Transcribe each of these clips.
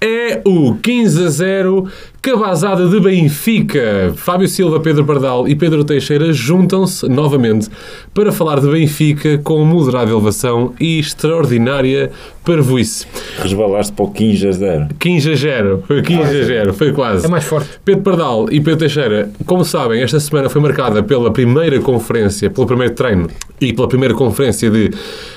é o 15 a 0 Cabazada de Benfica. Fábio Silva, Pedro Pardal e Pedro Teixeira juntam-se novamente para falar de Benfica com moderada elevação e extraordinária parvoíce. Resbalaste para o 15 a 0. 15 a 0, foi 15 a 0, foi quase. É mais forte. Pedro Pardal e Pedro Teixeira, como sabem, esta semana foi marcada pela primeira conferência, pelo primeiro treino e pela primeira conferência de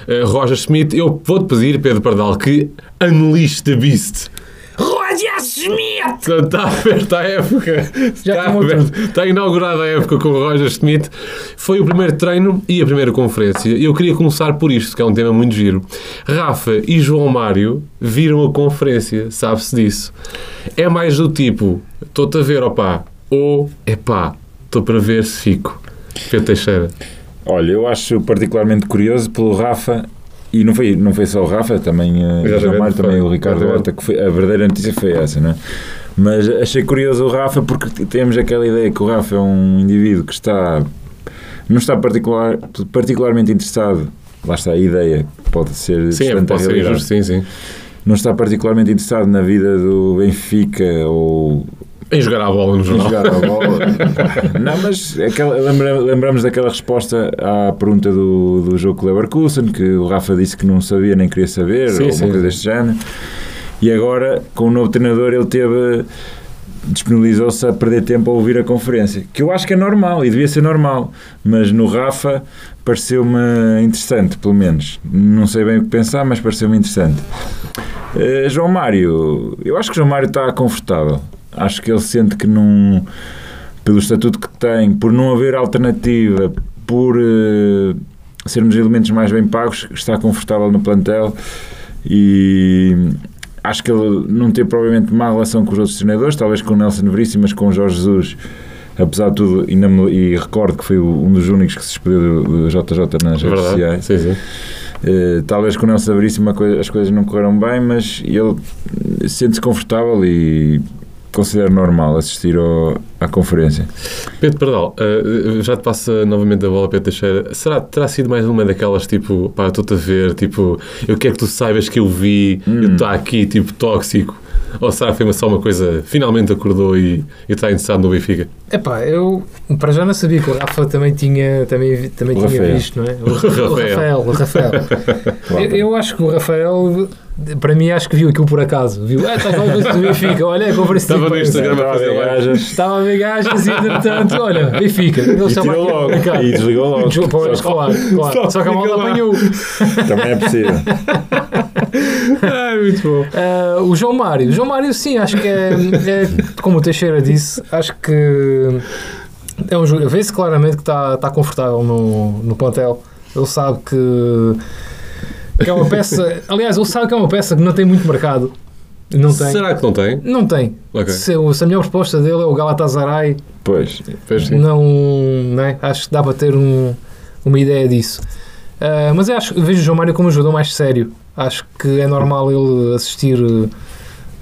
eh, Roger Schmidt. Eu vou-te pedir, Pedro Pardal, que unleash the beast. Roger Smith! Portanto, Está aberta a época. Já está, tinha outro. aberta- está inaugurada a época com o Roger Schmidt. Foi o primeiro treino e a primeira conferência. Eu queria começar por isto, que é um tema muito giro. Rafa e João Mário viram a conferência, sabe-se disso. É mais do tipo, estou-te a ver, opá, ou, epá, estou para ver se fico. Pedro Teixeira. Olha, eu acho particularmente curioso pelo Rafa, e não foi, não foi só o Rafa, também, eh, Exatamente, o Jamar, também foi. o Ricardo Exatamente. Horta, que foi, a verdadeira notícia foi essa, não é? Mas achei curioso o Rafa porque t- temos aquela ideia que o Rafa é um indivíduo que está não está particular, particularmente interessado, lá está a ideia, pode ser Sim, é, distante da pode ser realidade. injusto, sim, sim. não está particularmente interessado na vida do Benfica ou Em jogar à bola no em jornal. jogar a bola. não, mas aquela, lembra- lembramos daquela resposta à pergunta do, do jogo com o Leverkusen, que o Rafa disse que não sabia nem queria saber, Sim, ou alguma sim, coisa sim. deste género. E agora, com o novo treinador, ele teve disponibilizou-se a perder tempo a ouvir a conferência, que eu acho que é normal e devia ser normal, mas no Rafa pareceu-me interessante, pelo menos. Não sei bem o que pensar, mas pareceu-me interessante. Eh, João Mário, eu acho que João Mário está confortável. Acho que ele sente que não, pelo estatuto que tem, por não haver alternativa, por eh, sermos elementos mais bem pagos, está confortável no plantel e acho que ele não tem provavelmente má relação com os outros treinadores, talvez com o Nelson Veríssimo, mas com o Jorge Jesus, apesar de tudo, e, não me- e recordo que foi o- um dos únicos que se despediu do, do JJ nas redes é Verdade. sociais. Sim, sim. Eh, talvez com o Nelson Veríssimo a coi- as coisas não correram bem, mas ele eh, sente-se confortável e considera normal assistir ao- à conferência. Pedro Pardal, eh, já te passa novamente a bola, Pedro Teixeira. Será que terá sido mais uma daquelas tipo, pá, eu estou-te a ver, tipo, eu quero que tu saibas que eu vi, Hum. eu estou aqui, tipo, tóxico? Ou será que foi só uma coisa, finalmente acordou e e está interessado no Benfica? Epá, eu para já não sabia que o Rafa também tinha, também, vi- também O tinha Rafael. visto, não é? O, o Rafael, o Rafael. eu, eu acho que o Rafael, para mim, acho que viu aquilo por acaso. Viu, ah, está qualquer coisa do Benfica, olha, é conversa Estava no Instagram a Estava a fazer ver live. gajas Estava a ver gajas e, assim, entretanto, olha, Benfica. Ele e tirou logo. E desligou logo. Desculpa, olha, Só- claro, claro. Ah, Só que a fica bola lá. apanhou. Também é possível. Ah, muito bom. Ah, o João Mário. O João Mário, sim, acho que é, é, como o Teixeira disse, acho que é um jogo. Vê-se claramente que está está confortável no, no plantel. Ele sabe que, que é uma peça. Aliás, ele sabe que é uma peça que não tem muito mercado. Não tem. Será que não tem? Não tem. Ok. Se, o- se a melhor resposta dele é o Galatasaray, Pois, Pois sim. não, não é? acho que dá para ter um- uma ideia disso. Ah, mas eu acho, vejo o João Mário como um jogador mais sério. Acho que é normal ele assistir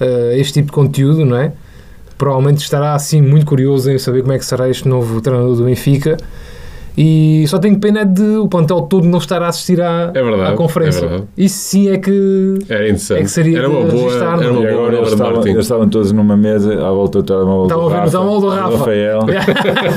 ah, a este tipo de conteúdo, não é? Provavelmente estará assim muito curioso em saber como é que será este novo treinador do Benfica. E só tenho pena de o plantel todo não estar a assistir à, É verdade, à conferência. é verdade. Isso sim é que Era É interessante. que seria era uma de boa, registar, era não é? uma e boa agora obra eles de estavam, marketing. eles estavam todos numa mesa à volta do telemóvel Estavam do a ver o Rafa, telemóvel do Rafa. Rafael.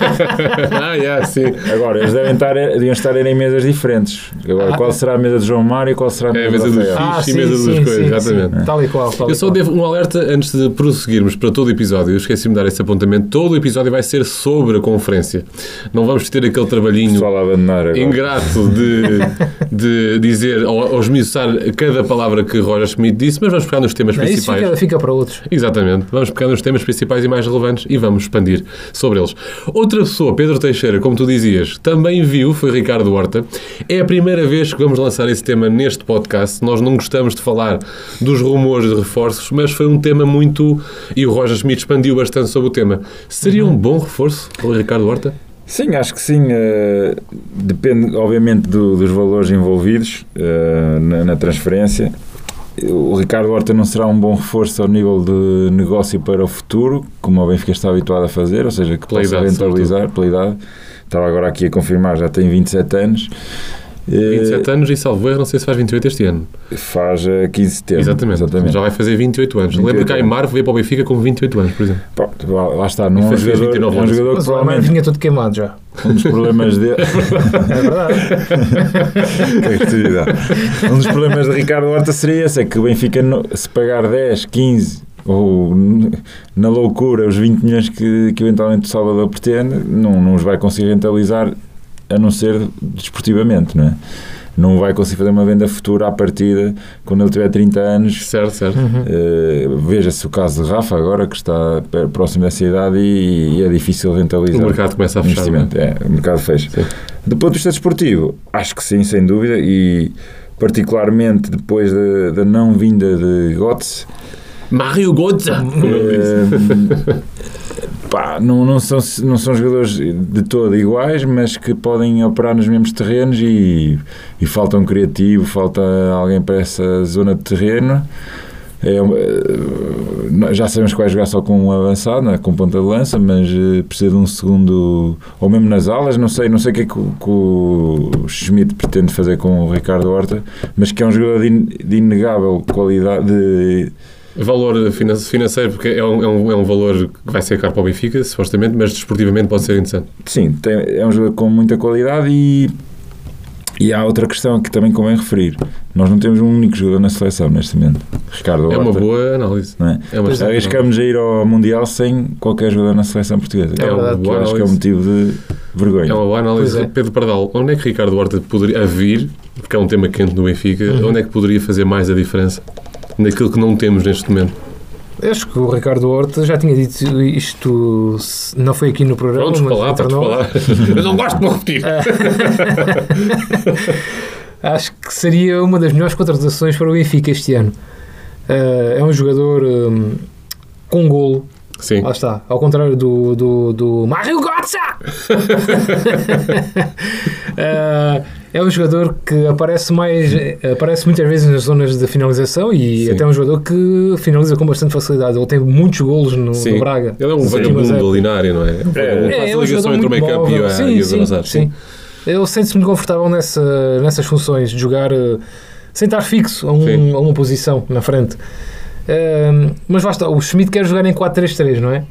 Ah, yeah, sim. Agora, eles devem estar, deviam estar em mesas diferentes. Agora, Ah. qual será a mesa de João Mário e qual será a É mesa, a mesa do dos Rafael? filhos. Fixe, mesa das coisas, exatamente. Tal e qual. tal Eu e só qual. é devo um alerta antes de prosseguirmos para todo o episódio. Eu esqueci-me de dar esse apontamento. Todo o episódio vai ser sobre a conferência. Não vamos ter aquele trabalhinho Pessoal a abandonar agora. ingrato de, de dizer ou, ou esmiuçar cada palavra que Roger Schmidt disse, mas vamos pegar nos temas Não, isso principais. fica, fica para outros. Exatamente, vamos pegar nos temas principais e mais relevantes e vamos expandir sobre eles. Outra pessoa, Pedro Teixeira, como tu dizias, também viu, foi Ricardo Horta. É a primeira vez que vamos lançar esse tema neste podcast. Nós não gostamos de falar dos rumores de reforços, mas foi um tema muito. E o Roger Schmidt expandiu bastante sobre o tema. Seria um bom reforço o Ricardo Horta? Sim, acho que sim. eh, depende, obviamente, do- dos valores envolvidos eh, na, na transferência. O Ricardo Horta não será um bom reforço ao nível de negócio para o futuro, como o Benfica está habituado a fazer, ou seja, que Pela possa idade, rentabilizar pela idade. Estava agora aqui a confirmar, já tem 27 anos. Eh, 27 anos e salvo erro, não sei se faz 28 este ano. Faz eh, 15 de setembro. Exatamente. Já vai fazer 28 anos. 28 Lembro que a Aymar veio para o Benfica com 28 anos, por exemplo. Pronto, lá, lá está. Não E é um fez jogador, 29 é um anos. jogador que Mas o Almeida provavelmente vinha todo queimado já. um dos problemas dele. É verdade. Que atividade. um dos problemas de Ricardo Horta seria esse: é que o Benfica, no- se pagar 10, 15 ou n- na loucura os 20 milhões que, que eventualmente o Salvador pretende, não, não os vai conseguir rentabilizar a não ser desportivamente, não é? Não vai conseguir fazer uma venda futura à partida quando ele tiver 30 anos. Certo, certo. Eh, Veja-se o caso de Rafa agora, que está pe- próximo dessa idade e, e é difícil O rentabilizar. mercado começa a fechar. não é? Investimento, é, o mercado fecha. Sim. Do ponto de vista desportivo, acho que sim, sem dúvida, e particularmente depois da, da não vinda de Götze, Mario Götze! Como ele disse. eh, pá, não, não, são, não são jogadores de todo iguais, mas que podem operar nos mesmos terrenos e, e falta um criativo, falta alguém para essa zona de terreno. É, um, eh, nós já sabemos que vai jogar só com um avançado, né, com ponta de lança, mas eh, precisa de um segundo, ou mesmo nas alas, não sei, não sei o que é que o, que o Schmidt pretende fazer com o Ricardo Horta, mas que é um jogador de, in- de inegável qualidade, de Valor finan- financeiro, porque é um, é, um, é um valor que vai ser caro para o Benfica, supostamente, mas desportivamente pode ser interessante. Sim, tem- é um jogador com muita qualidade e, e há outra questão que também convém referir. Nós não temos um único jogador na seleção neste momento. Ricardo É Horta. uma boa análise. não é? É uma Pois é. Arriscamos a ir ao Mundial sem qualquer jogador na seleção portuguesa. É que verdade, eu acho que é um análise. motivo de vergonha. É uma boa análise. Pois é. Pedro Pardal, onde é que Ricardo Horta poderia a vir, porque é um tema quente no Benfica, Uhum. onde é que poderia fazer mais a diferença naquilo que não temos neste momento? Eu Acho que o Ricardo Horta já tinha dito isto, se- não foi aqui no programa, Prontos para mas lá, outra podes nova. falar. Eu não gosto de me repetir. É. Acho que seria uma das melhores contratações para o Benfica este ano. Eh, é um jogador hum, com golo, Sim. lá está, ao contrário do, do, do Mario Götze! Eh, é um jogador que aparece mais, aparece muitas vezes nas zonas de finalização e Sim. até é um jogador que finaliza com bastante facilidade. Ele tem muitos golos no, Sim. no Braga. Ele é um Nas últimas vagabundo épocas. ali na área, não é? É, faz é a um ligação jogador entre o meio muito campo e móvel. a- Sim, e a sim, zona azar. sim. Eu sente-se muito confortável nessa, nessas funções, de jogar eh, sem estar fixo a, um- Sim. a uma posição na frente. Ehm, mas basta, o Schmidt quer jogar em 4-3-3, não é?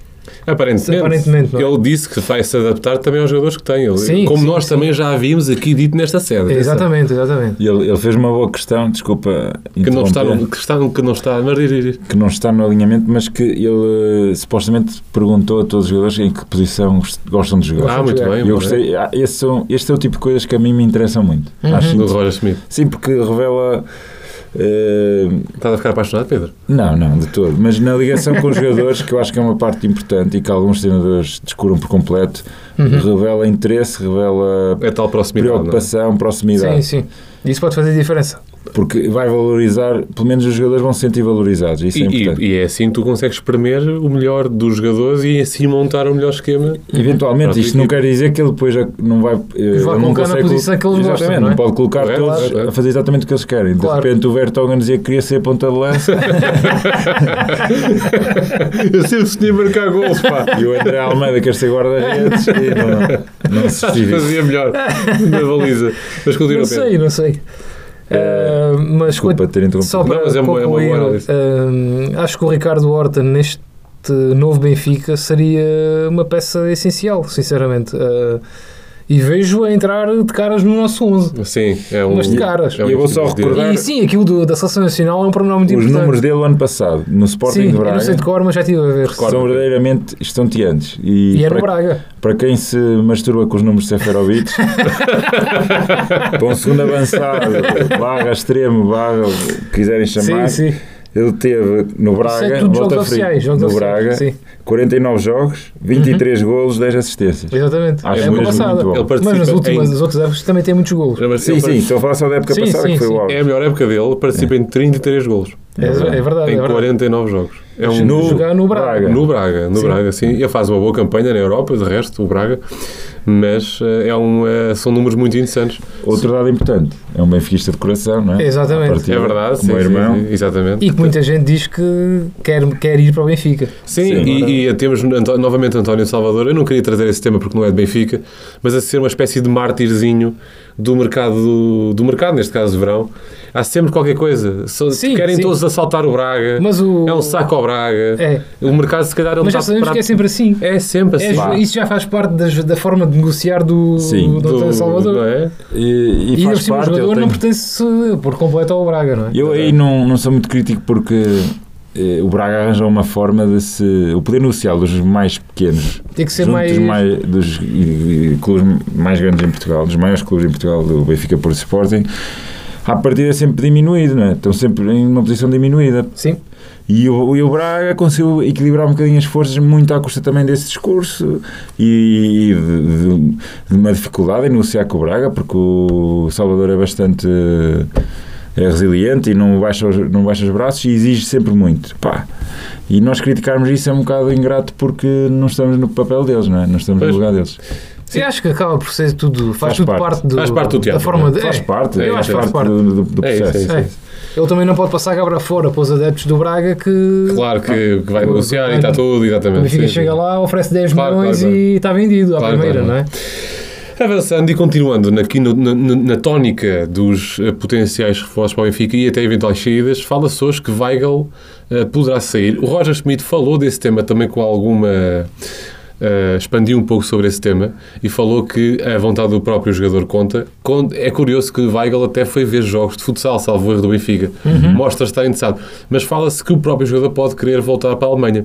Aparentemente, Aparentemente, não é? ele disse que vai se adaptar também aos jogadores que tem. Ele- Sim, como sim, nós também já havíamos aqui dito nesta sede. exatamente, exatamente. E ele, ele fez uma boa questão, desculpa Que não, está interromper, no, que, está, no- que não está. Mas, ir, ir, ir. que não está no alinhamento, mas que ele eh, supostamente perguntou a todos os jogadores em que posição gost- gostam de jogar. Ah, muito jogar. bem. E eu muito bem. gostei, ah, esse, são, este é o tipo de coisas que a mim me interessam muito. Uhum. Acho Do Roger Schmidt. Sim, porque revela. eh, Estás a ficar apaixonado, Pedro? não, não, de todo. Mas na ligação com os jogadores, que eu acho que é uma parte importante e que alguns treinadores descuram por completo, Uhum. revela interesse, revela É tal proximidade. Não é? preocupação, Sim, proximidade. sim. Isso pode fazer diferença. Porque vai valorizar, pelo menos os jogadores vão se sentir valorizados. Isso é E, importante. e- e é assim que tu consegues espremer o melhor dos jogadores e assim montar o melhor esquema. Eventualmente, Pronto, isto e- não quer dizer que ele depois já não vai. eh, vai não colocar na consegue posição que eles gostam, Exatamente, não é? pode colocar Correto, todos claro. a fazer exatamente o que eles querem. Claro. De repente, o Vertonghen dizia que queria ser ponta de lança Eu sempre tinha marcar gols, pá. e o André Almeida quer ser guarda-redes e não, não se justifica. Fazia melhor na baliza. Mas continua, Não Pedro. sei, não sei. Eh, É, Ehm, mas Desculpa ter interrompido. Só para Não, mas é uma- é uma concluir, boa análise. hum, acho que o Ricardo Horta neste novo Benfica seria uma peça essencial, sinceramente. Uh, e vejo a entrar de caras no nosso 11. Sim, é um. Mas de caras. um Eu vou equipe só de- recordar- E sim, aquilo do- da Seleção Nacional é um problema muito Os importante. números dele ano passado, no Sporting sim, de eu não Braga, sei de cor, mas já estive a ver. são verdadeiramente estonteantes. E, E é no para, Braga. para quem se masturba com os números de Seferovic, para um segundo avançado, barra extremo, barra o que quiserem chamar, Sim, sim. ele teve no Isso é Braga, tudo jogos volta fria, oficiais. Jogos no oficiais, Braga, Sim, Uhum. 49 jogos, 23 golos, 10 assistências. exatamente. Acho é uma mesmo passada. muito bom. Ele participa Mas nas últimas, em- nas outras épocas também tem muitos golos. Ele Sim, sim, participa- estou a falar só da época Sim, passada sim, que foi sim. o auge. É a melhor época dele, É. participa em 33 golos. É, é verdade. É verdade. em 49 jogos. É um No- Jogar no Braga. Braga. no Braga, no Sim. Braga, sim. Ele faz uma boa campanha na Europa, de resto, o Braga, mas eh, é um, eh, são números muito interessantes. Outro dado importante, é um benfiquista de coração, não é? Exatamente. À partida, É verdade, Como sim, irmão. sim, sim, exatamente. E que muita gente diz que quer, quer ir para o Benfica. Sim, Sim. e, e temos Anto- novamente António Salvador. Eu não queria trazer esse tema porque não é de Benfica, mas a ser uma espécie de mártirzinho do mercado, do mercado neste caso de verão. Há sempre qualquer coisa. Só- Sim, querem sim. todos assaltar o Braga. Mas o. É um saco ao Braga. É. O mercado, se calhar, ele Mas está já sabemos preparado- que é sempre assim. É sempre assim. É, Vá. isso já faz parte das- da forma de negociar do, Sim, do António Do- Salvador. não é? E, e E, ainda faz por cima, o parte. jogador ele não tem- pertence eh, por completo ao Braga, não é? Eu aí não, não sou muito crítico porque eh, o Braga arranjou uma forma de se. o poder negocial dos mais pequenos, Tem que ser junto mais. dos, mai- dos e- e- clubes mais grandes em Portugal, dos maiores clubes em Portugal, do Benfica por Sporting, à partida é sempre diminuído, não é? estão sempre em uma posição diminuída. Sim, E o, e o Braga conseguiu equilibrar um bocadinho as forças, muito à custa também desse discurso e, e de, de- de uma dificuldade em negociar com o Braga, porque o Salvador é bastante é resiliente e não baixa, os, não baixa os braços e exige sempre muito. Pá. E nós criticarmos isso é um bocado ingrato porque não estamos no papel deles, não é? Não estamos Pois. no lugar deles. Sim, acho que acaba por ser tudo. Faz, Faz tudo parte, parte. do, Faz parte do teatro, da forma não de. Faz é, parte, eu acho que faz parte. do, do- do É isso, é processo. isso. É. Ele também não pode passar cabra fora para os adeptos do Braga que. Claro que, que vai Ah. negociar e está tudo, o exatamente. Benfica sim, chega sim. lá, oferece 10 Claro, milhões claro, e está vendido à Claro, primeira, claro. não é? Avançando e continuando aqui no- na, na- na tónica dos eh, potenciais reforços para o Benfica e até eventuais saídas, fala-se hoje que Weigl eh, poderá sair. O Roger Schmidt falou desse tema também com alguma. eh, expandiu um pouco sobre esse tema e falou que a vontade do próprio jogador conta. Con- É curioso que Weigl até foi ver jogos de futsal, salvo erro do Benfica. Uhum. Mostra estar interessado. Mas fala-se que o próprio jogador pode querer voltar para a Alemanha.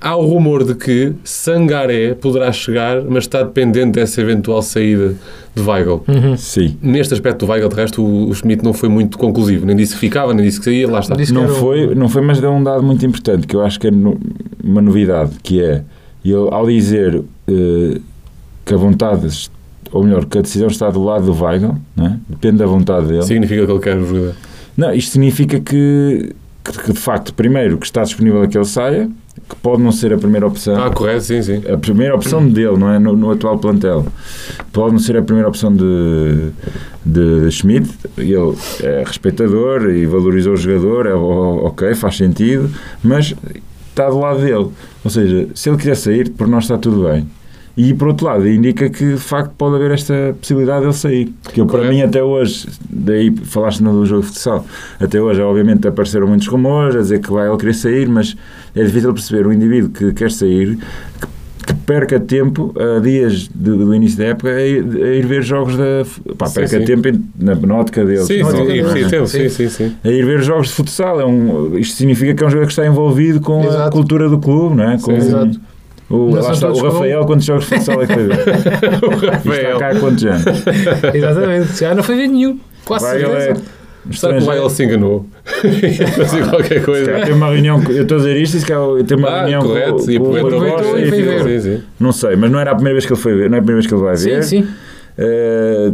Há o rumor de que Sangaré poderá chegar, mas está dependente dessa eventual saída de Weigl. Uhum. Sim. Neste aspecto do Weigl, de resto, o, o Schmidt não foi muito conclusivo. Nem disse que ficava, nem disse que saía, lá está. Disse que Não era o- foi, não foi, mas deu um dado muito importante que eu acho que é no- uma novidade, que é ele ao dizer eh, que a vontade, es- ou melhor, que a decisão está do lado do Weigl, né? depende da vontade dele. Significa que ele quer o jogador. Não, isto significa que, que, que, de facto, primeiro, que está disponível a que ele saia, que pode não ser a primeira opção. Ah, correto, sim, sim. a primeira opção dele, não é? No, no atual plantel. Pode não ser a primeira opção de, de, de Schmidt. Ele é respeitador e valorizou o jogador, é o- ok, faz sentido, mas está do lado dele. Ou seja, se ele quiser sair, por nós está tudo bem. E por outro lado, indica que de facto pode haver esta possibilidade de ele sair. Que eu, para Correto. mim, até hoje, daí falaste no jogo de futsal, até hoje, obviamente, apareceram muitos rumores a dizer que vai ele querer sair, mas é difícil perceber um indivíduo que quer sair que perca tempo a dias do, do início da época a ir, a ir ver jogos da. Pá, Sim, perca sim. tempo em- na, na ótica dele. Sim, não sim, é? e precisa de tempo, sim, Sim. sim, sim. A ir ver jogos de futsal. É um, isto significa que é um jogador que está envolvido com Exato. a cultura do clube, não é? Com Sim, exato. O, Não lá são está, todos o Rafael, quantos jogos de futsal é que foi ver? é um Isto está Rafael. cá há quantos anos? Exatamente. Já não foi ver nenhum. Quase Vai, ele é certeza. um Será que é o Weigl estrangeiro. se enganou? Fazia qualquer Se coisa. calhar Tem uma reunião, com- eu estou a dizer isto, e se calhar tem uma Ah, reunião com- correto. E com, o aproveitou Rui Costa e e foi ficou- Sim, sim. Não sei, mas não era a primeira vez que ele foi ver, não é a primeira vez que ele vai Sim, ver. sim. Eh,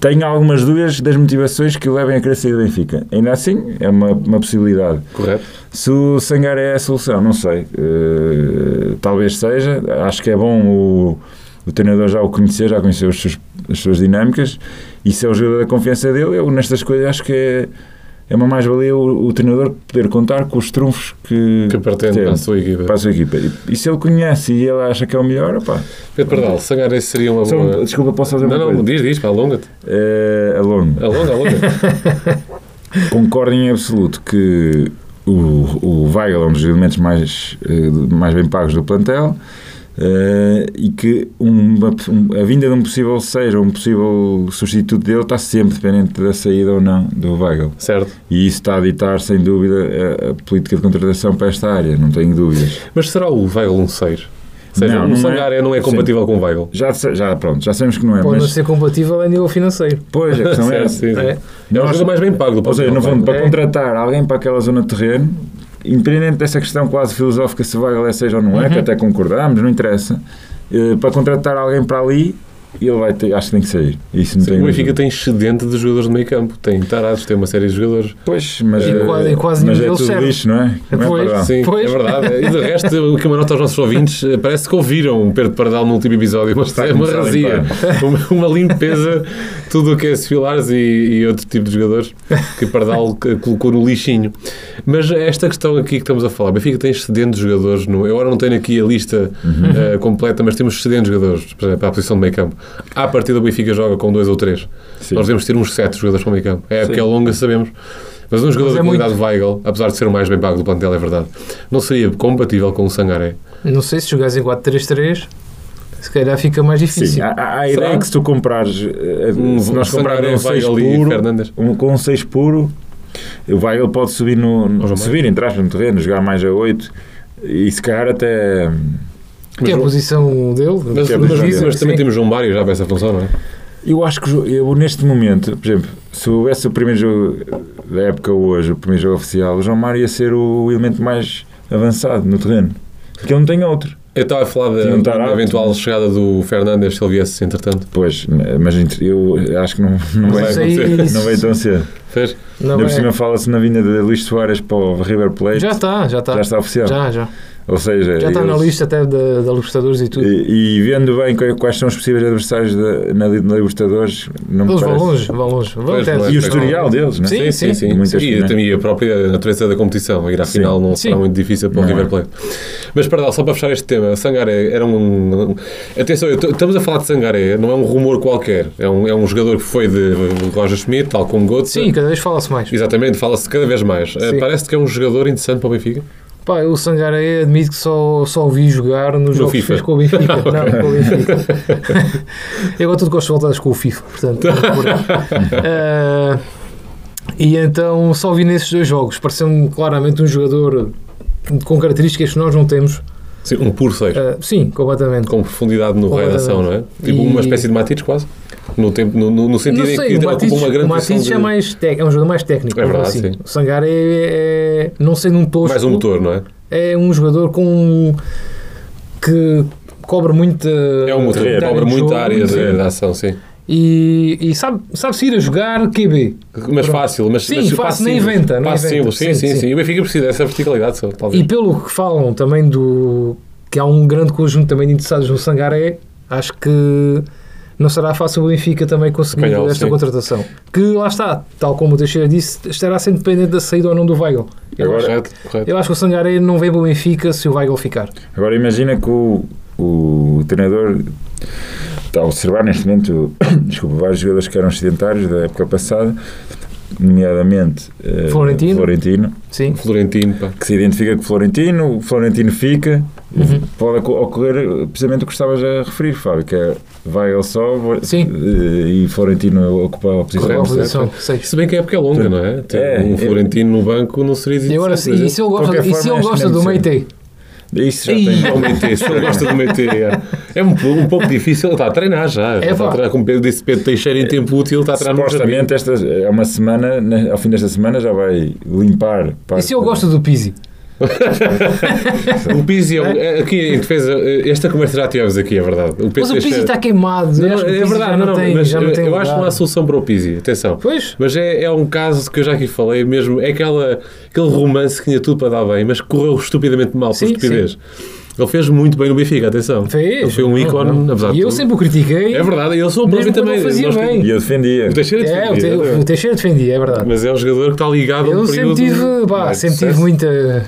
tenho algumas dúvidas das motivações que o levem a querer sair do Benfica. Ainda assim, é uma, uma possibilidade. Correto. Se o Sangaré é a solução, não sei. Eh, talvez seja. Acho que é bom o, o treinador já o conhecer, já conhecer os seus- as suas dinâmicas. E se é o jogador da confiança dele, eu nestas coisas acho que é, é uma mais-valia o, o treinador poder contar com os trunfos que, Que é? pertence tem à sua equipa. para a sua equipa. E, e se ele conhece e ele acha que é o melhor, opá. Pedro Pardal, Sangaré seria uma Só um- boa... desculpa, posso fazer Não, uma coisa? não, diz, diz, pá, alonga-te. Eh, alongo. Alonga, alonga. Concordo em absoluto que o, o Weigl é um dos elementos mais, eh, mais bem pagos do plantel eh, e que uma- um- a vinda de um possível seja um possível substituto dele está sempre dependente da saída ou não do Weigl. Certo. E isso está a ditar, sem dúvida, a, a política de contratação para esta área, não tenho dúvidas. Mas será o Weigl um seiro? Ou seja, Não, o não é. Sangaré não é compatível com o Weigl. Já, sa- já, pronto, já sabemos que não é, Pode não mas ser compatível a nível financeiro. pois a questão Certo, é sim, sim. É. É o jogador mais bem pago do Ou seja, plantel, no fundo, Weigl. para É. contratar alguém para aquela zona de terreno, independente dessa questão quase filosófica se vai é seja ou não é, que até concordamos, não interessa, eh, para contratar alguém para ali, e ele vai ter, acho que tem que sair. Isso não Sim, tem o Benfica dúvida. tem excedente de jogadores de meio campo. Tem Tarados, tem uma série de jogadores. Pois, mas, E eh, quase- e quase mas é nenhum deles tudo serve. lixo, não é? Não é Pois. para lá. Sim, Pois. é verdade. E de resto, aqui uma nota aos nossos ouvintes. eh, Parece que ouviram o Pedro Pardal no último episódio, mas Está a é uma começar a razia. Uma, uma limpeza, tudo o que é Sfilares e, e outro tipo de jogadores que Pardal que colocou no lixinho. Mas esta questão aqui que estamos a falar, Benfica tem excedente de jogadores. No, eu agora não tenho aqui a lista Uhum. eh, completa, mas temos excedente de jogadores por exemplo, para a posição de meio campo. À partida, o Benfica joga com dois ou três. Sim. Nós devemos ter uns sete jogadores para o meio campo. É Sim. época é longa, sabemos. Mas um jogador Mas é da qualidade de Weigl, apesar de ser o mais bem pago do plantel, é verdade, não seria compatível com o Sangaré. Não sei se jogares em 4-3-3, se calhar fica mais difícil. Sim, há- há a Será? ideia é que se tu comprares, eh, Um- se nós um Sangaré, comprarmos um 6 Weigl e puro, Fernandes. um, com um 6 puro, o Weigl pode subir, no, Ou João subir entrar no terreno, jogar mais a 8 e se calhar até... Que é a Mas- posição dele. Mas, é mas- possível. mas também Sim. temos João Mário já para essa função, não é? Eu acho que o jo- eu, neste momento, por exemplo, se houvesse o primeiro jogo da época hoje, o primeiro jogo oficial, o João Mário ia ser o elemento mais avançado no terreno. Porque ele não tem outro. Eu estava a falar da, Tinha um da Tarapto. eventual chegada do Fernandes, se ele viesse, entretanto. Pois, mas entre- eu acho que não, não, Mas vai, isso aí- não vai tão cedo. Fez? Não Ainda por é- cima fala-se na vinda de Luís Soares para o River Plate. Já Já, está, já está. está oficial. Já, já. Ou seja, Já está na eles- lista até da, da Libertadores e tudo. E, e vendo bem que- quais são os possíveis adversários da, na, na Libertadores, não me Eles vão parece. longe, vão longe. Vão Pois, até- não é? E o historial deles, não é? Sim, sim. Muitas E finais. também a própria natureza da competição. Ir à Sim. final não será Sim. muito difícil para o Não River é. Plate. Mas, para dar, só para fechar este tema, Sangaré era um... um- Atenção, eu t- estamos a falar de Sangaré, não é um rumor qualquer. É um, é um jogador que foi de Roger Schmidt, tal como Götze. Sim, cada vez fala-se mais. Exatamente, fala-se cada vez mais. Eh, Sim. Parece que é um jogador interessante para o Benfica. Pá, eu o Sangaré admito que só, só o vi jogar nos No jogos que FIFA. Ah, fez com o Benfica. Não, com o Benfica. eu agora tudo gosto de voltadas com o FIFA, portanto. é por aí. Ah, e então só o vi nesses dois jogos. Pareceu-me claramente um jogador com características que nós não temos. Sim, um puro 6. Ah, sim, completamente. Com profundidade no raio de ação, não é? Tipo E- uma espécie de Matites quase. No, tempo, no, no- no Não sentido em sei, que o ocupa Matites, uma grande o Matites posição é, de- mais tec- é um jogador mais técnico. É verdade, assim. sim. O Sangaré é, é- não sendo um tosco, mais um motor, não é? é um jogador com que cobra muito É um motor, terreno. cobre muita área é. sim. de, de ação, sim. e, e sabe, sabe se ir a jogar QB Mas fácil, mas Sim, mas fácil, passe nem simples. inventa, não Passe inventa. simples, Sim, Sim, sim, sim, sim. E o Benfica precisa dessa verticalidade só, talvez. e pelo que falam também do que há um grande conjunto também de interessados no Sangaré acho que não será fácil o Benfica também conseguir Apanhá-lo, esta sim. contratação que lá está, tal como o Teixeira disse estará sempre dependente da saída ou não do Weigl eu, Agora- acho, correto, correto. eu acho que o Sangaré não vem para o Benfica se o Weigl ficar Agora imagina que o, o treinador está a observar neste momento desculpa, vários jogadores que eram sedentários da época passada, nomeadamente eh, Florentino. Florentino, sim Florentino, pá. que se identifica com o Florentino, o Florentino fica, pode oco- ocorrer eh, precisamente o que estavas a referir, Fábio, que é vai ele só vo- Sim. eh, e Florentino ocupa a posição. Correto, Correto, posição seis. Se bem que a época é longa, não é? Ter um é. Florentino no banco não seria E agora, se, difícil, e se ele gosta, qualquer e se forma, ele acho gosta que do não precisa. Meite? Isso já Ih, é o tem. Meite, se ele gosta do Meite, é. É um, um pouco difícil, ele está a treinar já. já está pá. a treinar, como Pedro disse, Pedro Teixeira em tempo útil, está a treinar no jardim. Supostamente esta é uma semana, né, ao fim desta semana já vai limpar. E parte se ele da- gosta do Pizzi? O Pizzi, é um- é- aqui em defesa, é, esta conversa já tivemos aqui, é verdade. O Mas Pedro o Pizzi Teixeira- está queimado. Não, eu acho que o é Pizzi verdade, já não, não, não, tem, mas já eu, não tem eu acho que não há lugar. solução para o Pizzi, atenção. Pois, Mas é, é um caso que eu já aqui falei mesmo, é aquela, aquele romance que tinha tudo para dar bem, mas que correu estupidamente mal por Sim, estupidez. Ele fez muito bem no Benfica, atenção. fez. Ele foi um Não, ícone, não. apesar E de eu tudo. sempre o critiquei. É verdade, ele sou o Mesmo próprio quando também. ele fazia nós- bem. E eu defendia. O Teixeira É, o, defendia. Te- o Teixeira defendia, é verdade. Mas é um jogador que está ligado a um eu sempre período... é tive, pá, mais de sempre tive sucesso. muita.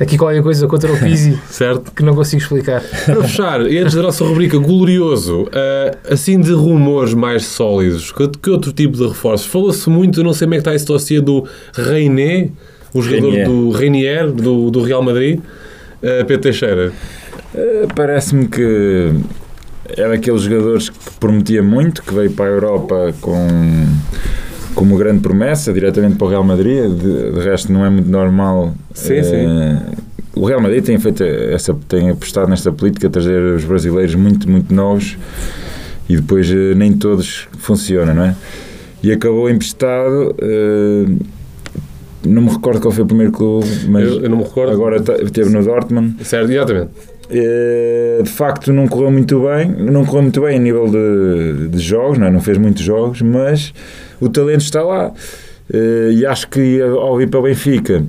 Aqui qualquer coisa contra o Pizzi Certo. que não consigo explicar. Para fechar, e antes da nossa rubrica glorioso, ah, assim de rumores mais sólidos, que, que outro tipo de reforços? Falou-se muito, eu não sei como é que está esse dossiê do Reiné, o jogador Reinier. do Reinier, do, do Real Madrid, ah, Pedro Teixeira. Parece-me que era aqueles jogadores que prometia muito, que veio para a Europa com como grande promessa, diretamente para o Real Madrid. De, de resto, não é muito normal. Sim, eh, sim. O Real Madrid tem feito essa, tem apostado nesta política, trazer os brasileiros muito, muito novos e depois eh, nem todos funcionam, não é? E acabou emprestado. eh, não me recordo qual foi o primeiro clube, mas eu, eu não me recordo. agora ta- esteve no Dortmund. Certo, exatamente. Eh, de facto não correu muito bem, não correu muito bem a nível de, de jogos, não, é? não fez muitos jogos, mas o talento está lá. Eh, e acho que ao ir para o Benfica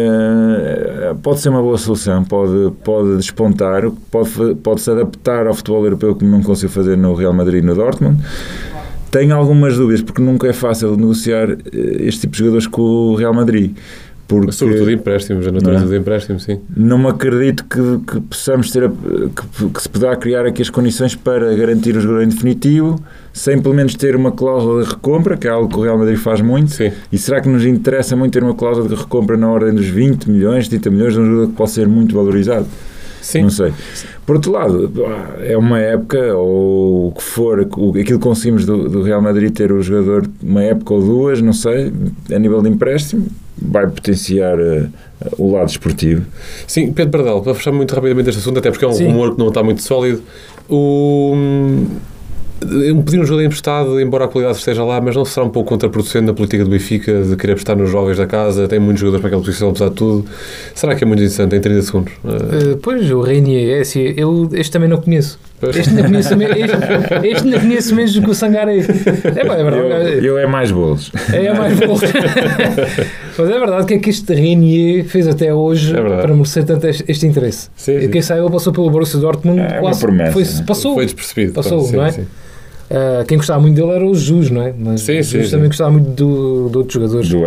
eh, pode ser uma boa solução, pode, pode despontar, pode, fa- pode se adaptar ao futebol europeu como não conseguiu fazer no Real Madrid e no Dortmund. Tenho algumas dúvidas, porque nunca é fácil negociar eh, este tipo de jogadores com o Real Madrid. Porque... Sobretudo empréstimos, a natureza Não é? do empréstimo, sim. Não me acredito que, que possamos ter a- que, que se poderá criar aqui as condições para garantir o jogador em definitivo, sem pelo menos ter uma cláusula de recompra, que é algo que o Real Madrid faz muito. Sim. E será que nos interessa muito ter uma cláusula de recompra na ordem dos 20 milhões, 30 milhões de um jogador que pode ser muito valorizado? Sim. Não sei. Por outro lado, é uma época, ou o que for, o- aquilo que conseguimos do, do Real Madrid ter o jogador uma época ou duas, não sei, a nível de empréstimo, vai potenciar eh, o lado esportivo. Sim, Pedro Pardal, para fechar muito rapidamente este assunto, até porque é um Sim. rumor que não está muito sólido, o... um- pedir um jogador emprestado, embora a qualidade esteja lá, mas não será um pouco contraproducente na política do Benfica de querer apostar nos jovens da casa? Tem muitos jogadores para aquela posição, apesar de tudo. Será que é muito interessante? Em 30 segundos. Eh, Eh, pois, o Reinier, é assim, eu este também não conheço. pois. Este não conheço, me- este, este não conheço menos do que o Sangare. É, pá, é Eu, verdade. eu é mais bolos. É, a mais boa. Mas é verdade que é que este Reinier fez até hoje É verdade. para merecer tanto este, este interesse. Sim, E sim. quem saiu passou pelo Borussia Dortmund, É uma quase promessa, foi, né? passou. Foi despercebido. Passou, pronto, sim, não é? sim. Ah, quem gostava muito dele era o Jus, não é? Mas Sim, o Jus sim, sim. também gostava muito do, de outros jogadores. Do,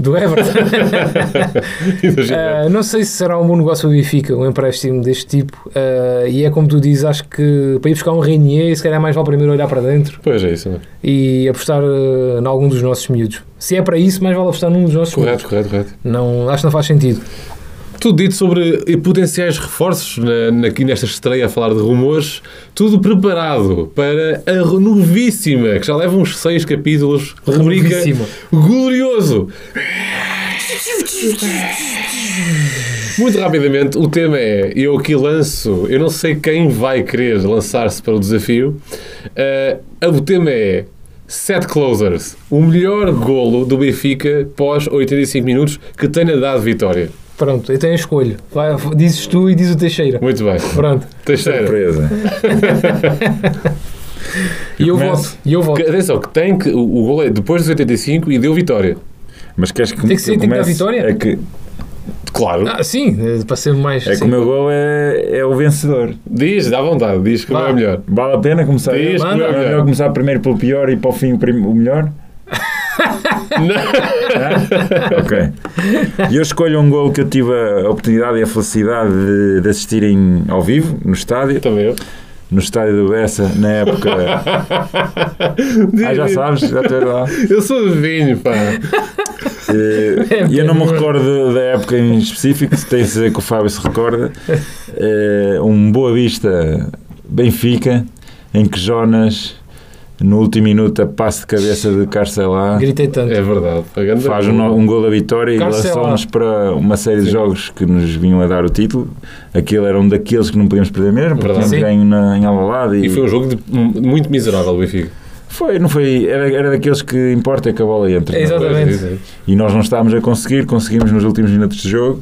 Do Everton. Everton. Exagerado. Ah, não sei se será um bom negócio do Benfica, um empréstimo deste tipo. Ah, e é como tu dizes, acho que para ir buscar um Reinier, se calhar mais vale primeiro olhar para dentro Pois é isso, não é? e apostar ah, em algum dos nossos miúdos. Se é para isso, mais vale apostar num dos nossos Correto, correto, correto. miúdos. Não, acho que não faz sentido. Tudo dito sobre eh, potenciais reforços na, na- aqui nesta estreia a falar de rumores. Tudo preparado para a novíssima, que já leva uns seis capítulos, rubrica Novíssima. Glorioso. Muito rapidamente, o tema é: eu aqui lanço, eu não sei quem vai querer lançar-se para o desafio. eh, o tema é. Set closers, o melhor golo do Benfica pós 85 minutos que tenha dado vitória. Pronto, então eu escolho. Vai, dizes tu e diz o Teixeira. Muito bem. Pronto. Teixeira. Surpresa. E eu começo? voto. E eu voto. Que- Atenção, que tem que. O, o gol é depois dos 85 e deu vitória. Mas queres que que ser, eu tem que dar comece? vitória? É que, Claro. Ah, sim, eh, para ser mais. é que sim. o meu gol é, é o vencedor. Diz, dá vontade, diz que Vá. não é melhor. Vale a pena começar? Diz que Não não é é melhor melhor. começar primeiro pelo pior e para o fim o, prim- o melhor? Não. ok. E eu escolho um gol que eu tive a oportunidade e a felicidade de, de assistir em- ao vivo, no estádio. Também eu. No estádio do Bessa, na época. Diz, ah, já diz. sabes, já estou lá. Eu sou de vinho, pá. Eh, E eu não me recordo da época em específico, se tem certeza que o Fábio se recorda. Eh, Um Boa Vista Benfica, em que Jonas, no último minuto, a passe de cabeça de Carcelá, Gritei tanto. É verdade. A grande- faz um, no- um gol da vitória Carcelá. e lançou-nos para uma série de jogos que nos vinham a dar o título. Aquele era um daqueles que não podíamos perder mesmo, porque Verdade. tínhamos Sim. ganho na, em Alvalade. E foi um jogo de- um- muito miserável do Benfica. foi, não foi, era, era daqueles que importa é que a bola entra. não É, é? Exatamente. Pois, diz, diz. e nós não estávamos a conseguir, conseguimos nos últimos minutos de jogo.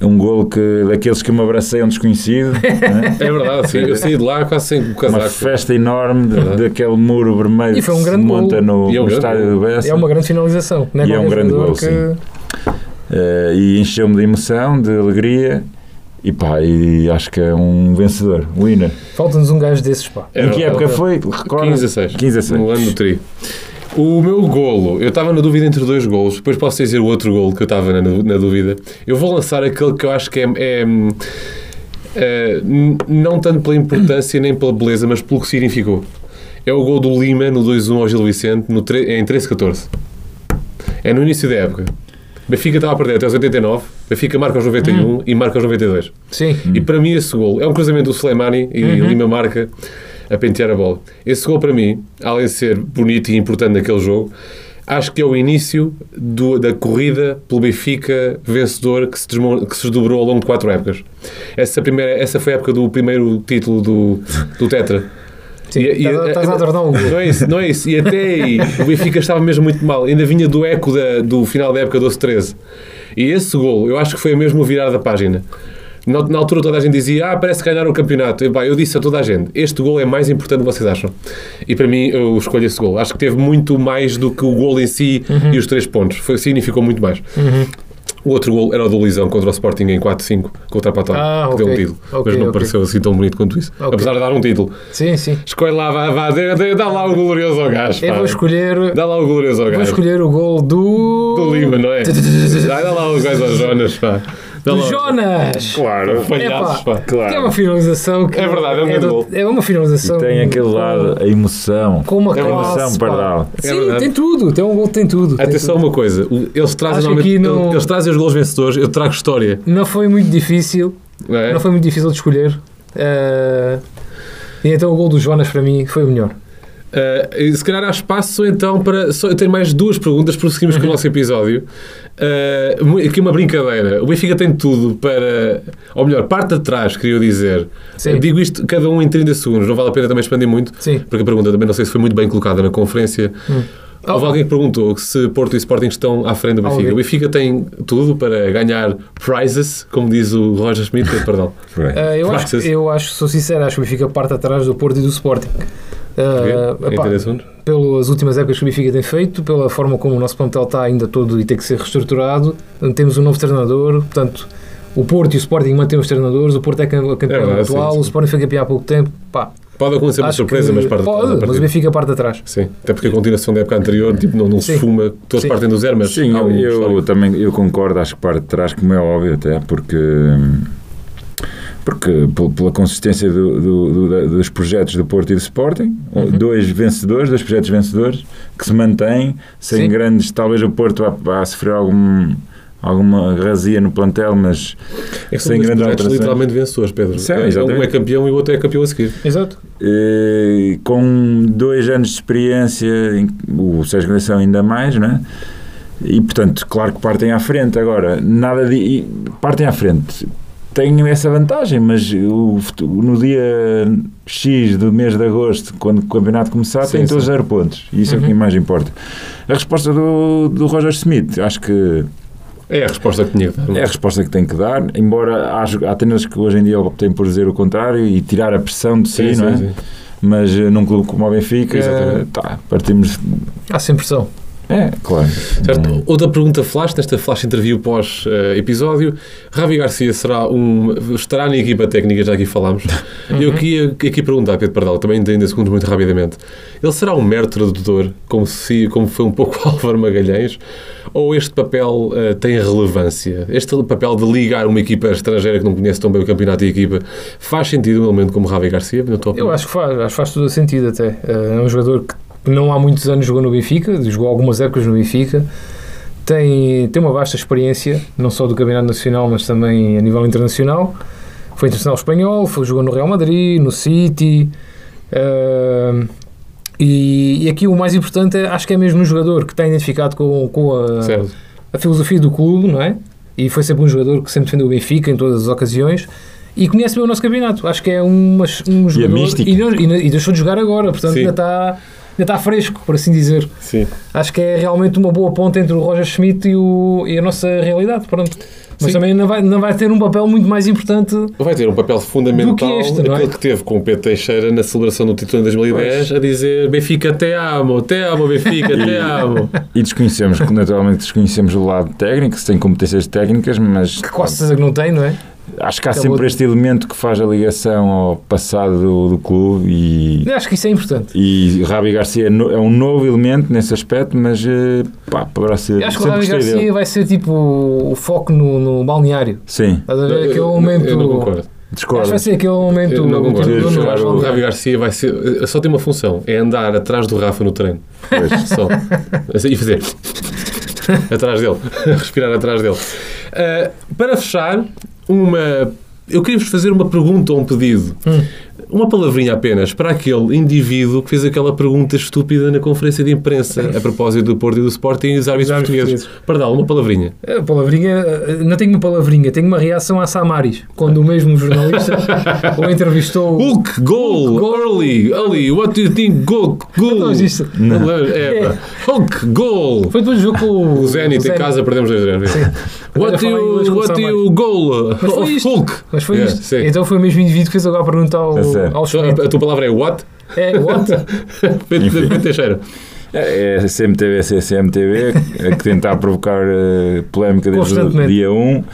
Um golo que, daqueles que me abracei a um desconhecido, né? É verdade, sim. Eu saí de lá quase sem o uma casaco. festa enorme de- Verdade. daquele muro vermelho E foi um que se grande golo. monta no, E é um no grande estádio do golo. Bessa É uma grande finalização. Não é E é um qualquer grande jogador gol, Eh, e encheu-me de emoção, de alegria e pá, e acho que é um vencedor, winner. Falta-nos um gajo desses, pá. É em que verdade. época foi? 15 a Recordas? 6. 15 a 6. No ano do tri. O meu golo, eu estava na dúvida entre dois golos, depois posso dizer o outro golo que eu estava na, na dúvida. Eu vou lançar aquele que eu acho que é. é, hum, eh, n- não tanto pela importância nem pela beleza, mas pelo que significou. É o gol do Lima no 2-1 ao Gil Vicente no tre- em 13-14. É no início da época. Benfica estava a perder até os 89, Benfica marca aos 91 e marca aos 92. Sim. E para mim esse gol é um cruzamento do Soleimani e Lima marca a pentear a bola. Esse gol para mim, além de ser bonito e importante naquele jogo, acho que é o início do- da corrida pelo Benfica vencedor que se, desmo- que se desdobrou ao longo de quatro épocas. Essa, primeira, essa foi a época do primeiro título do, do Tetra. Sim, estás a- estás a adorar um gol. Não é isso, não é isso. E até aí o Benfica estava mesmo muito mal. Ainda vinha do eco da- do final da época 12-13. E esse gol, eu acho que foi mesmo o virar da página. Na, na altura toda a gente dizia, ah, parece ganhar o campeonato. E, pá, eu disse a toda a gente, este gol é mais importante do que vocês acham. E para mim, eu escolho esse gol. Acho que teve muito mais do que o gol em si Uhum. e os três pontos. Foi, significou muito mais. O outro gol era o do Luizão contra o Sporting em 4-5, contra a Patona, Ah, que deu um ok. título. Ok, mas não ok. pareceu assim tão bonito quanto isso. Ok. Apesar de dar um título. Sim, sim. Escolhe lá, vá, vá, dê, dê- dá lá o glorioso ao gajo. Eu pá. vou escolher, Ah, é. Dá lá o glorioso ao vou gajo. escolher o gol do. Do Lima, não é? Dá, dá lá o gajo ao Jonas, pá. Dá Do lá o- Jonas! Claro. Palhaços, Epá. um pá. Que Claro. é uma finalização que É verdade, é um grande do- gol. é uma finalização. Tem aquele com- lado, a emoção. Com uma É uma classe, emoção, pá. pardal. É Sim, verdade. tem tudo, tem um gol, tem tudo. tem Atenção a tudo. uma coisa, o- eles trazem, Acho que normalmente- aqui não- eles trazem os gols vencedores, eu trago história. Não foi muito difícil, Não é? não foi muito difícil de escolher. eh, e então o gol do Jonas para mim foi o melhor. Ah, e se calhar há espaço então para. Só, eu tenho mais duas perguntas, prosseguimos Uhum. com o nosso episódio. Ah, mu- aqui uma brincadeira. O Benfica tem tudo para. Ou melhor, parte de trás, queria eu dizer. Sim. Digo isto cada um em 30 segundos, não vale a pena também expandir muito, Sim. Hum. porque a pergunta também não sei se foi muito bem colocada na conferência. Houve alguém que perguntou se Porto e Sporting estão à frente do Benfica. Alguém. O Benfica tem tudo para ganhar prizes, como diz o Roger Schmidt, perdão. Por aí. Eh, eu, acho, Francis. eu acho, sou sincero, acho que o Benfica parte atrás do Porto e do Sporting. Eh, Vê? Em epá, 30 segundos. pelas últimas épocas que o Benfica tem feito, pela forma como o nosso plantel está ainda todo e tem que ser reestruturado. Temos um novo treinador, portanto, o Porto e o Sporting mantêm os treinadores, o Porto é cam- campeão É verdade, atual, sim, o sim. Sporting foi campeão há pouco tempo. Pá, Pode acontecer uma acho surpresa, que mas parte pode, a mas partir- o Benfica parte atrás. Sim, até porque a continuação da época anterior tipo, não, não se Sim. fuma, todos Sim. partem do zero, mas Sim, há um eu, eu histórico. também eu concordo, acho que parte de trás, como é óbvio até, porque, porque pel- pela consistência do- do- do- da- dos projetos do Porto e do Sporting, um, dois vencedores, dois projetos vencedores, que se mantêm, sem Sim. grandes, talvez o Porto vá, vá sofrer algum, alguma razia no plantel, mas é que são sem dois grandes projetos alterações. literalmente vencedores, Pedro. Sim, É, um exatamente. é campeão e o outro é campeão a seguir. Exato. eh, com dois anos de experiência, em- o Sérgio Conceição ainda mais, não é? E portanto, claro que partem à frente agora, nada de. e partem à frente. Tenho essa vantagem, mas o futu- no dia X do mês de agosto, quando o campeonato começar, Sim, têm todos sim. Uhum. zero pontos. E isso é o que mais importa. A resposta do, do Roger Smith, acho que É a resposta que tinha que dar. é a resposta que tem que dar, embora acho- há treinadores que hoje em dia optem por dizer o contrário e tirar a pressão de si, não é? mas eh, num clube como o Benfica, Exatamente. tá, partimos. Há sem pressão. É, claro. Certo? Uhum. Outra pergunta flash, nesta flash interview pós-episódio. Ravi Garcia será um, estará na equipa técnica, já aqui falámos. Uhum. Eu queria aqui perguntar, Pedro Pardal, também em 30 segundos, muito rapidamente. Ele será um mero tradutor, como, se, como foi um pouco Álvaro Magalhães, ou este papel eh, tem relevância? Este papel de ligar uma equipa estrangeira que não conhece tão bem o campeonato e a equipa, faz sentido um elemento como Ravi Garcia? na tua Eu opinião? acho que faz, acho que faz todo o sentido até. Eh, É um jogador que não há muitos anos jogou no Benfica, jogou algumas épocas no Benfica, tem, tem uma vasta experiência, não só do Campeonato Nacional, mas também a nível internacional. Foi internacional espanhol, foi, jogou no Real Madrid, no City. eh, e, e aqui o mais importante é, acho que é mesmo um jogador que está identificado com, com a, Certo. a filosofia do clube, não é? E foi sempre um jogador que sempre defendeu o Benfica em todas as ocasiões e conhece bem o nosso campeonato. Acho que é uma, um jogador. mística. e, não- e não- e deixou de jogar agora, portanto Sim. ainda está, ainda está fresco, por assim dizer. Sim. Acho que é realmente uma boa ponte entre o Roger Schmidt e, o- e a nossa realidade. Pronto. Mas Sim. também não vai, não vai ter um papel muito mais importante. Vai ter um papel fundamental Do que este, não é? aquele que teve com o Pedro Teixeira na celebração do título em 2010 a dizer Benfica te amo, te amo Benfica, te amo. E desconhecemos, naturalmente, desconhecemos o lado técnico, se tem competências técnicas, mas Que quase certeza que não tem, não é? acho que há Acabou sempre de- este elemento que faz a ligação ao passado do, do clube e. Eu Acho que isso é importante. E Rabi Garcia é no- é um novo elemento nesse aspecto, mas eh, pá, poderá ser. Eu acho que o sempre Rami gostei Garcia dele. vai ser tipo o foco no, no balneário. Sim, Estás a ver? Aquele Eu não é momento. concordo. Acho que discordo. vai ser aquele momento. Eu não concordo. do- Eu acho que o do- Ravi Garcia vai ser, só tem uma função, é andar atrás do Rafa no treino. Pois. Só. Assim, E fazer atrás dele, respirar atrás dele. Eh, Ah, para fechar, uma. Eu queria vos fazer uma pergunta ou um pedido. Uma palavrinha apenas para aquele indivíduo que fez aquela pergunta estúpida na conferência de imprensa a propósito do Porto e do Sporting e dos árbitros árbitros portugueses. Pardal, uma palavrinha. A palavrinha, eh, não tenho uma palavrinha, tenho uma reação a Samaris, quando o mesmo jornalista o entrevistou. Hulk, goal, Hulk, goal. Então, early, Ali, what do you think, goal, goal? Não existe. Não. É, pá. Hulk, goal. Foi depois do jogo com o. O Zenit em casa perdemos 2-0. Sim. Agora What falei em you, inglês com o what Samaris. you goal? Mas foi isto. Hulk. Mas foi Yeah, isto. É, sim. Então foi o mesmo indivíduo que fez agora a pergunta ao, É sério. ao Só- Schmidt. a tua palavra é what? É, what? Pedro Pedro Teixeira. É é CMTV, CCMTV, a que tentar provocar eh, polémica desde o Constantemente. dia 1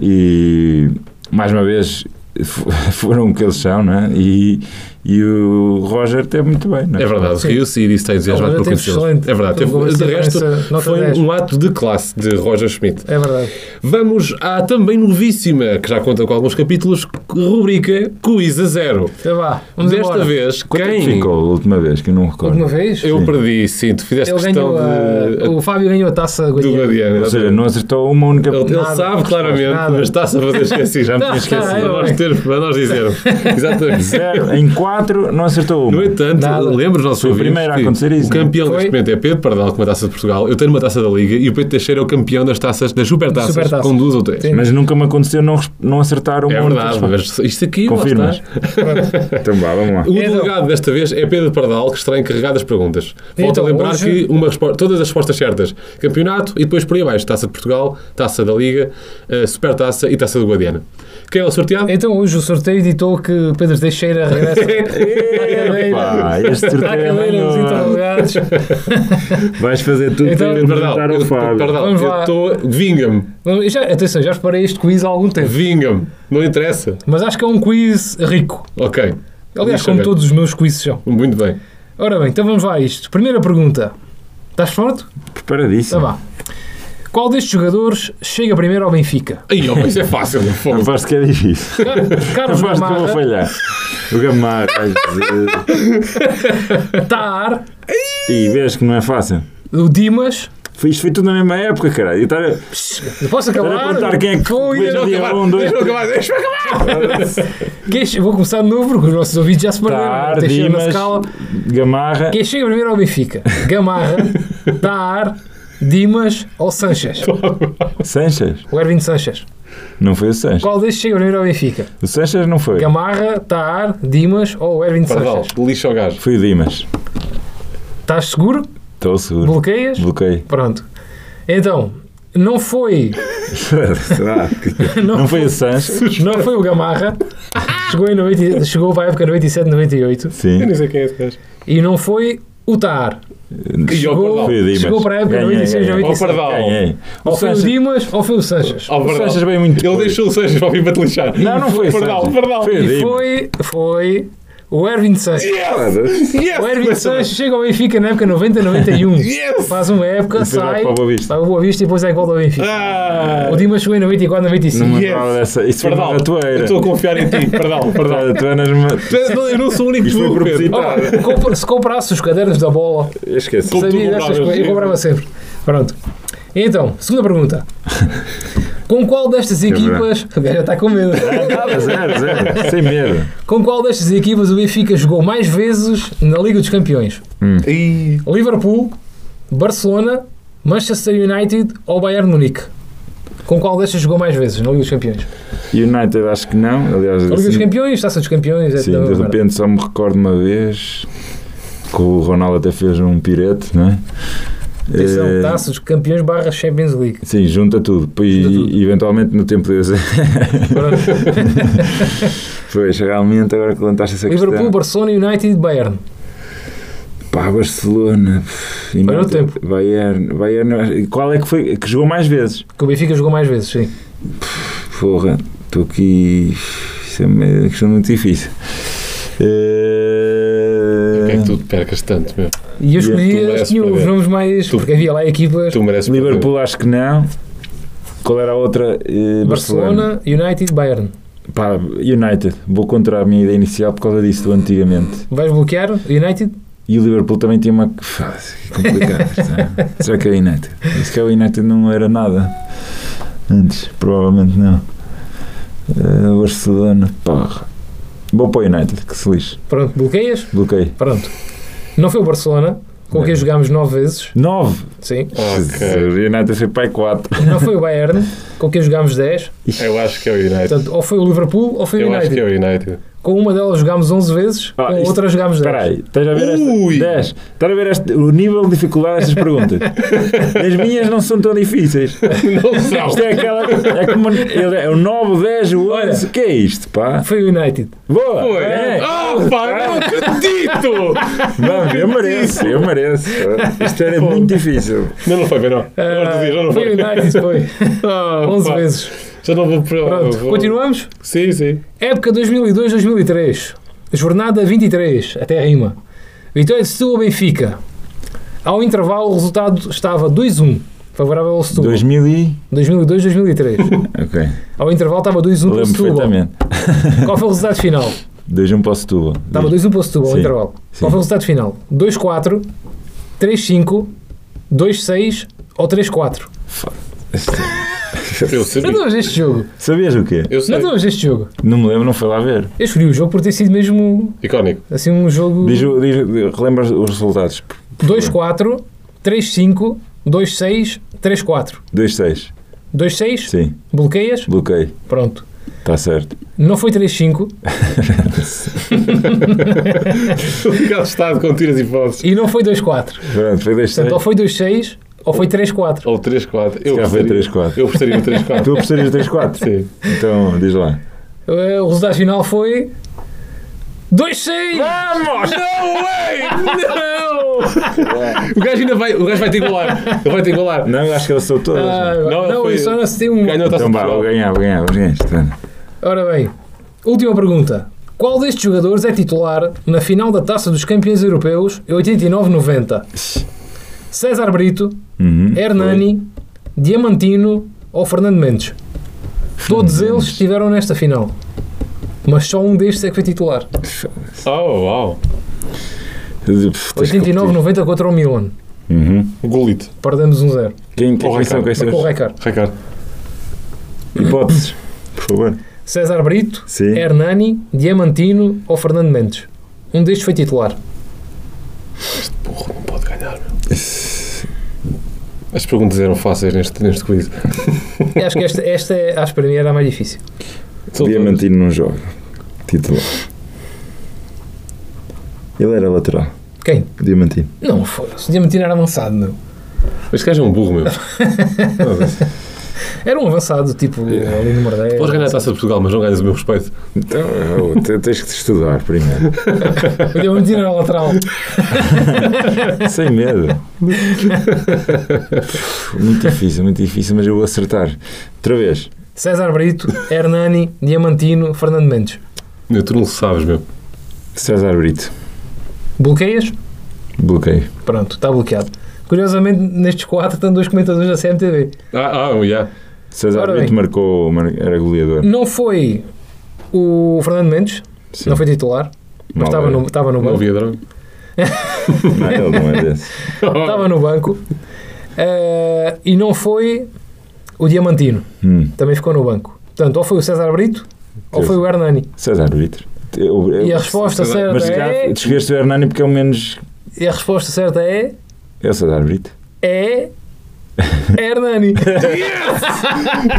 e mais uma vez fo- foram o que eles são, né? E, e o Roger teve muito bem, não É verdade, Sim. riu-se e disse que está entusiasmado Agora por teve conhecê-los. excelente. É verdade. Teve, Teve de uma resto, diferença, nota foi 10. um ato de classe de Roger Schmidt. É verdade. Vamos à também novíssima, que já conta com alguns capítulos, rubrica Quiz a Zero. Então vá, vamos Desta embora. vez, Quanto é que quem... ficou a última vez, que eu não recordo? Uma vez, Eu perdi, sim, tu fizeste ele questão ganhou a- de... o Fábio ganhou a taça do Guadiana. Guardiana. Ou seja, não acertou uma única Ele, ele Nada, sabe claramente, nada. mas está-se a fazer esquecer. Já me tinha Não, está, esquecido. é Para nós, bem. ter, para nós dizermos. Exatamente. Zero. Em quatro, não acertou uma. No entanto, Nada. lembro os nossos Foi o ouvintes primeiro a que acontecer isso, O campeão não é? neste Foi. momento é Pedro Pardal com uma taça de Portugal. Eu tenho uma taça da Liga e o Pedro Teixeira é o campeão das taças, das supertaças, Supertaças. com duas ou três. Sim. Mas nunca me aconteceu não, res- não acertar uma É única verdade, resposta. mas isto aqui lá Confirmas? está. Então vá, vamos lá. O Então. delegado desta vez é Pedro Pardal, que estará encarregado das perguntas. Volto Então, a lembrar hoje- que uma respo- todas as respostas certas: campeonato e depois por aí abaixo, taça de Portugal, taça da Liga, eh, supertaça e taça do Guadiana. Quem é o sorteado? Então hoje o sorteio editou que Pedro Teixeira regressa Epá, este à sorteio cadeira dos não- interrogados. Vais fazer tudo Então- Pardal, para enfrentar o é eu- Fábio. Pardal, Vamos eu lá. estou. Vinga-me, Não, eu já- atenção, já preparei este quiz há algum tempo, vinga-me, não interessa. mas acho que é um quiz rico. Ok. Aliás, Deixa como ver. todos os meus quizzes são. Muito bem. Ora bem, então vamos lá a isto. Primeira pergunta. Estás pronto? Então Preparadíssimo. vá. Qual destes jogadores chega primeiro ao Benfica? Aí, ó, isso é fácil. Não fogo. Aposto que é difícil. Car- Carlos Aposto que eu vou Gamarra, falhar. O Gamarra. ai, Jesus. Tar, e vês que não é fácil. o Dimas. Foi- Isto foi tudo na mesma época, caralho. Eu estava Posso estava a acabar? perguntar quem é que Vou, vejo Deixa-me dia acabar, 1, 2, deixa-me acabar, deixa-me acabar. Quem- vou começar de novo porque os nossos ouvidos já se perderam. Tar, Teixeira na Dimas, escala. Gamarra. Quem chega primeiro ao Benfica? Gamarra, Tar, Dimas ou Sanches? Sanches? O Erwin Sanches. Não foi o Sanches. Qual destes chega primeiro ao Benfica? O Sanches não foi. Gamarra, Tar, Dimas ou o Erwin Pardal, Sanches? lixa o gajo. Foi o Dimas. Estás seguro? Estou seguro. Bloqueias? Bloqueio. Pronto. Então, não foi, Não foi o Sanches? não foi o Gamarra. Chegou, em 90, chegou para a época 97, 98. Sim. Eu nem sei quem é esse gajo. E não foi o Tar. E ao Chegou- Pardal. Foi o Dimas. Chegou para a época Ganhei, 96, ganhei. 97. Ao Pardal. Ganhei. Ou O Oh, foi o Sanches Dimas ou foi o Sanches. Ao Pardal. O Sanches veio muito Ele depois. deixou o Sanches para vir para te lixar. Não, não foi o Pardal, Sanches. Pardal. Foi o E Dimas. foi, foi o Erwin Sanches. Yes! Yes! O Erwin Mas- Sanches chega ao Benfica na época 90-91. Yes! Faz uma época, Depois vai sai, para o Boa Vista. vai para o Boa Vista e depois é igual ao Benfica. Ah! O Dimas chegou em 94-95. Não me Yes. lembrava dessa. Isso foi Pardal, na eu ratoeira. estou a confiar em ti. Pardal, Pardal. Pardal, tu andas Tu és- não, Eu não sou o único Isto foi burro, Pedro. propositado. Ah, pá, compra- se comprasse os cadernos da bola, Esqueci. Como tu sabia compravas destas coisas. Eu sempre. comprava sempre. Pronto. Então, segunda pergunta. Com qual destas equipas. O gajo já está com medo. Nada, zero, zero. Sem medo. Com qual destas equipas o Benfica jogou mais vezes na Liga dos Campeões? Ih, Liverpool, Barcelona, Manchester United ou Bayern Munique? Com qual destas jogou mais vezes na Liga dos Campeões? United acho que não. Aliás, A Liga dos assim, Campeões, Taça dos Campeões, é sim, um tudo a de mesma merda. repente só me recordo uma vez que o Ronaldo até fez um pirete, não é? Atenção, Eh, Taça dos Campeões barra Champions League. Sim, junta tudo. E, Junta tudo. e eventualmente no tempo desse. pois, realmente agora que levantaste essa Liverpool, questão. Barcelona, United, Bayern. Pá, Barcelona. E Olha o tempo. Bayern, Bayern. Qual é que foi? Que jogou mais vezes? Que o Benfica jogou mais vezes, sim. Porra, estou aqui. Isso é uma questão muito difícil. Eh, é que tu te percas tanto, meu. E eu escolhi tu mereces estes tinha os perder. nomes mais. Tu- Porque havia lá equipas. Tu mereces. Liverpool, acho que não. Qual era a outra? Eh, Barcelona. Barcelona, United, Bayern. Pá, United. Vou contra a minha ideia inicial por causa disso do antigamente. Vais bloquear United? E o Liverpool também tinha uma. Faz, que é complicado. isto, né? Será que é o United? Se calhar o United não era nada. Antes, provavelmente não. Eh, Barcelona, porra. Vou para o United, que se lixe. Pronto, bloqueias? Bloqueio. Pronto. Não foi o Barcelona, com quem Não. jogámos nove vezes. 9. Sim. O United foi para 4. Não foi o Bayern, com quem jogámos 10. Eu acho que é o United. Portanto, ou foi o Liverpool ou foi o Eu acho que United. é o United. Com uma delas jogámos 11 vezes, Ah, com a isto- outra jogámos 10. Espera aí, estás a ver esta? Ui! 10. Estás a ver este, o nível de dificuldade destas perguntas? As minhas não são tão difíceis. Não são. Isto é aquela. É como. ele É o 9, 10, o 11. O que é isto, pá? Foi o United. Boa! Foi. É. Ah, pá, não acredito! Vamos, eu mereço, eu mereço. Isto era muito difícil. Não, não foi, bem, não. Agora tu Ah, dizes, já não foi o foi. United, foi. Ah, 11 pá, vezes. Já não vou para Pronto, vou- continuamos. Sim, sim. Época 2002-2003. Jornada 23, até rima. Vitória de Setúbal Benfica. Ao intervalo, o resultado estava 2-1, favorável ao Setúbal. 2000 e. 2002-2003. Ok, Ao intervalo estava 2-1 para o lembro Setúbal. perfeitamente. Qual foi o resultado final? 2-1 para o Setúbal. Estava 2-1 para o Setúbal ao Sim, intervalo. Qual foi o resultado final? 2-4, 3-5, 2-6 ou 3-4? Eu Não sabia. temos este jogo. Sabias o quê? Eu Não sei. temos este jogo. Não me lembro, não fui lá ver. Eu escolhi o jogo por ter sido mesmo Icónico. assim um jogo Diz, o- diz, relembra os- os resultados. 2-4, 3-5, 2-6, 3-4. 2-6. 2-6, Sim, bloqueias, bloqueio. pronto. Está certo. Não foi 3-5 Estou ficado estado com tiras e hipóteses. e não foi 2-4. Pronto, foi Portanto, ou 2-6. foi 2-6 ou foi 3-4. Ou 3, 4. Eu calhar foi gostaria- 3, 4. Eu gostaria de um 3, 4. Tu apostarias 3-4? Sim. Então, diz lá. Eh, O resultado final foi 2-6! Vamos! Não, way! Não! O gajo ainda vai, o gajo vai te igualar. Ele vai te igualar. Não, eu acho que eu sou todas. Ah, não. Não, não, foi- isso não se tem um. Ganhou a taça Então de vá, vou Portugal. ganhar, vou ganhar, vou ganhar. isto, anda. Ora bem, última pergunta. Qual destes jogadores é titular na final da Taça dos Campeões Europeus em 89-90? César Brito, Uhum. Hernani, Diamantino ou Fernando Mendes? Todos eles estiveram nesta final. Mas só um destes é que foi titular. Oh, uau. Pff, tens que repetir. 89-90 contra o Milan. Uhum. Golito. Perdemos um zero. Quem, quem, Oh, quem são? Ricardo. Quem Mas são? com o Ricardo. Ricardo. Hipóteses, por favor. César Brito, Sim. Hernani, Diamantino ou Fernando Mendes? Um destes foi titular. Porra, não pode ganhar, meu. As perguntas eram fáceis neste, neste quiz. Eu acho que esta, esta é, acho que para mim era a mais difícil. São Diamantino não joga. Titular. Ele era lateral. Quem? Diamantino. Não, foda-se. Diamantino era avançado, meu. todas. Este gajo é um burro, meu. Era um avançado, tipo, ali número 10. Podes ganhar a taça de Portugal, mas não ganhas o meu respeito. Então, eu- te- tens que te estudar primeiro. O Diamantino era lateral. Sem medo. muito difícil, muito difícil, mas eu vou acertar. Outra vez. César Brito, Hernani, Diamantino, Fernando Mendes. Meu, tu não sabes, meu. César Brito. Bloqueias? Bloqueio. Pronto, está bloqueado. Curiosamente, nestes quatro estão dois comentadores da CMTV. Ah, ah, yeah. César Ora Brito bem. marcou, mar- era goleador. Não foi o Fernando Mendes, Sim. não foi titular, mas Mal é. estava era. no, estava no Não banco. havia drama. Não, ele não é desse. Estava no banco. Eh, e não foi o Diamantino, Hum. também ficou no banco. Portanto, ou foi o César Brito, ou foi o Hernani. César Brito. Eu- eu- E a resposta César- Mas certa já é... descreveste o Hernani porque é o menos. E a resposta certa é. É o César Brito. É. Hernani.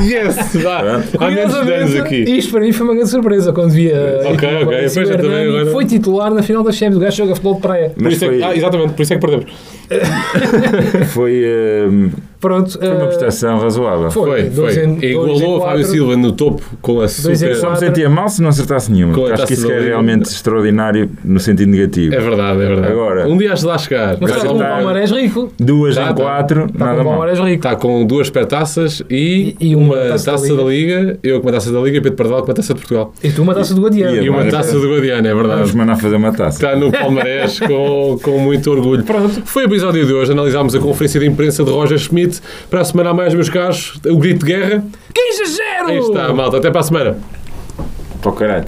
Yes! Vá! Há menos de anos Curiosamente, aqui. Isto para mim foi uma grande surpresa quando vi a. Ok, ok, quando vi pois o eu também Hernani agora- Foi titular na final da Champions. O gajo joga futebol de praia. Por Mas isso é foi, que, ah, exatamente, por isso é que perdemos. foi, hum, Pronto. foi uma eh, prestação razoável. Foi, Foi, dois foi. em- dois em Igualou a Fábio quatro. Silva no topo com a em super. Só me quatro. sentia mal se não acertasse nenhuma. Com a porque Acho taça que isso que é da Liga. realmente extraordinário no sentido negativo. É verdade, é verdade. Agora- um dia has de lá chegar. Mas está com um Tá- palmarés rico. Duas Tá, em tá. quatro, Está com nada um mal. palmarés rico. Está com duas pertaças e, E- e uma, taça, da, Liga. Eu com uma taça da Liga e Pedro Pardal com uma taça de Portugal. E tu uma taça do Guadiana. E E uma Olha, taça do Guadiana, é Vamos verdade. mandar fazer uma taça. Está no Palmarés com, com muito orgulho. Pronto. Foi o episódio de hoje. Analisámos a conferência de imprensa de Roger Schmidt. Para a semana a mais, meus caros, o grito de guerra. 15 a 0! Aí está, malta. Até para a semana. Para o caralho.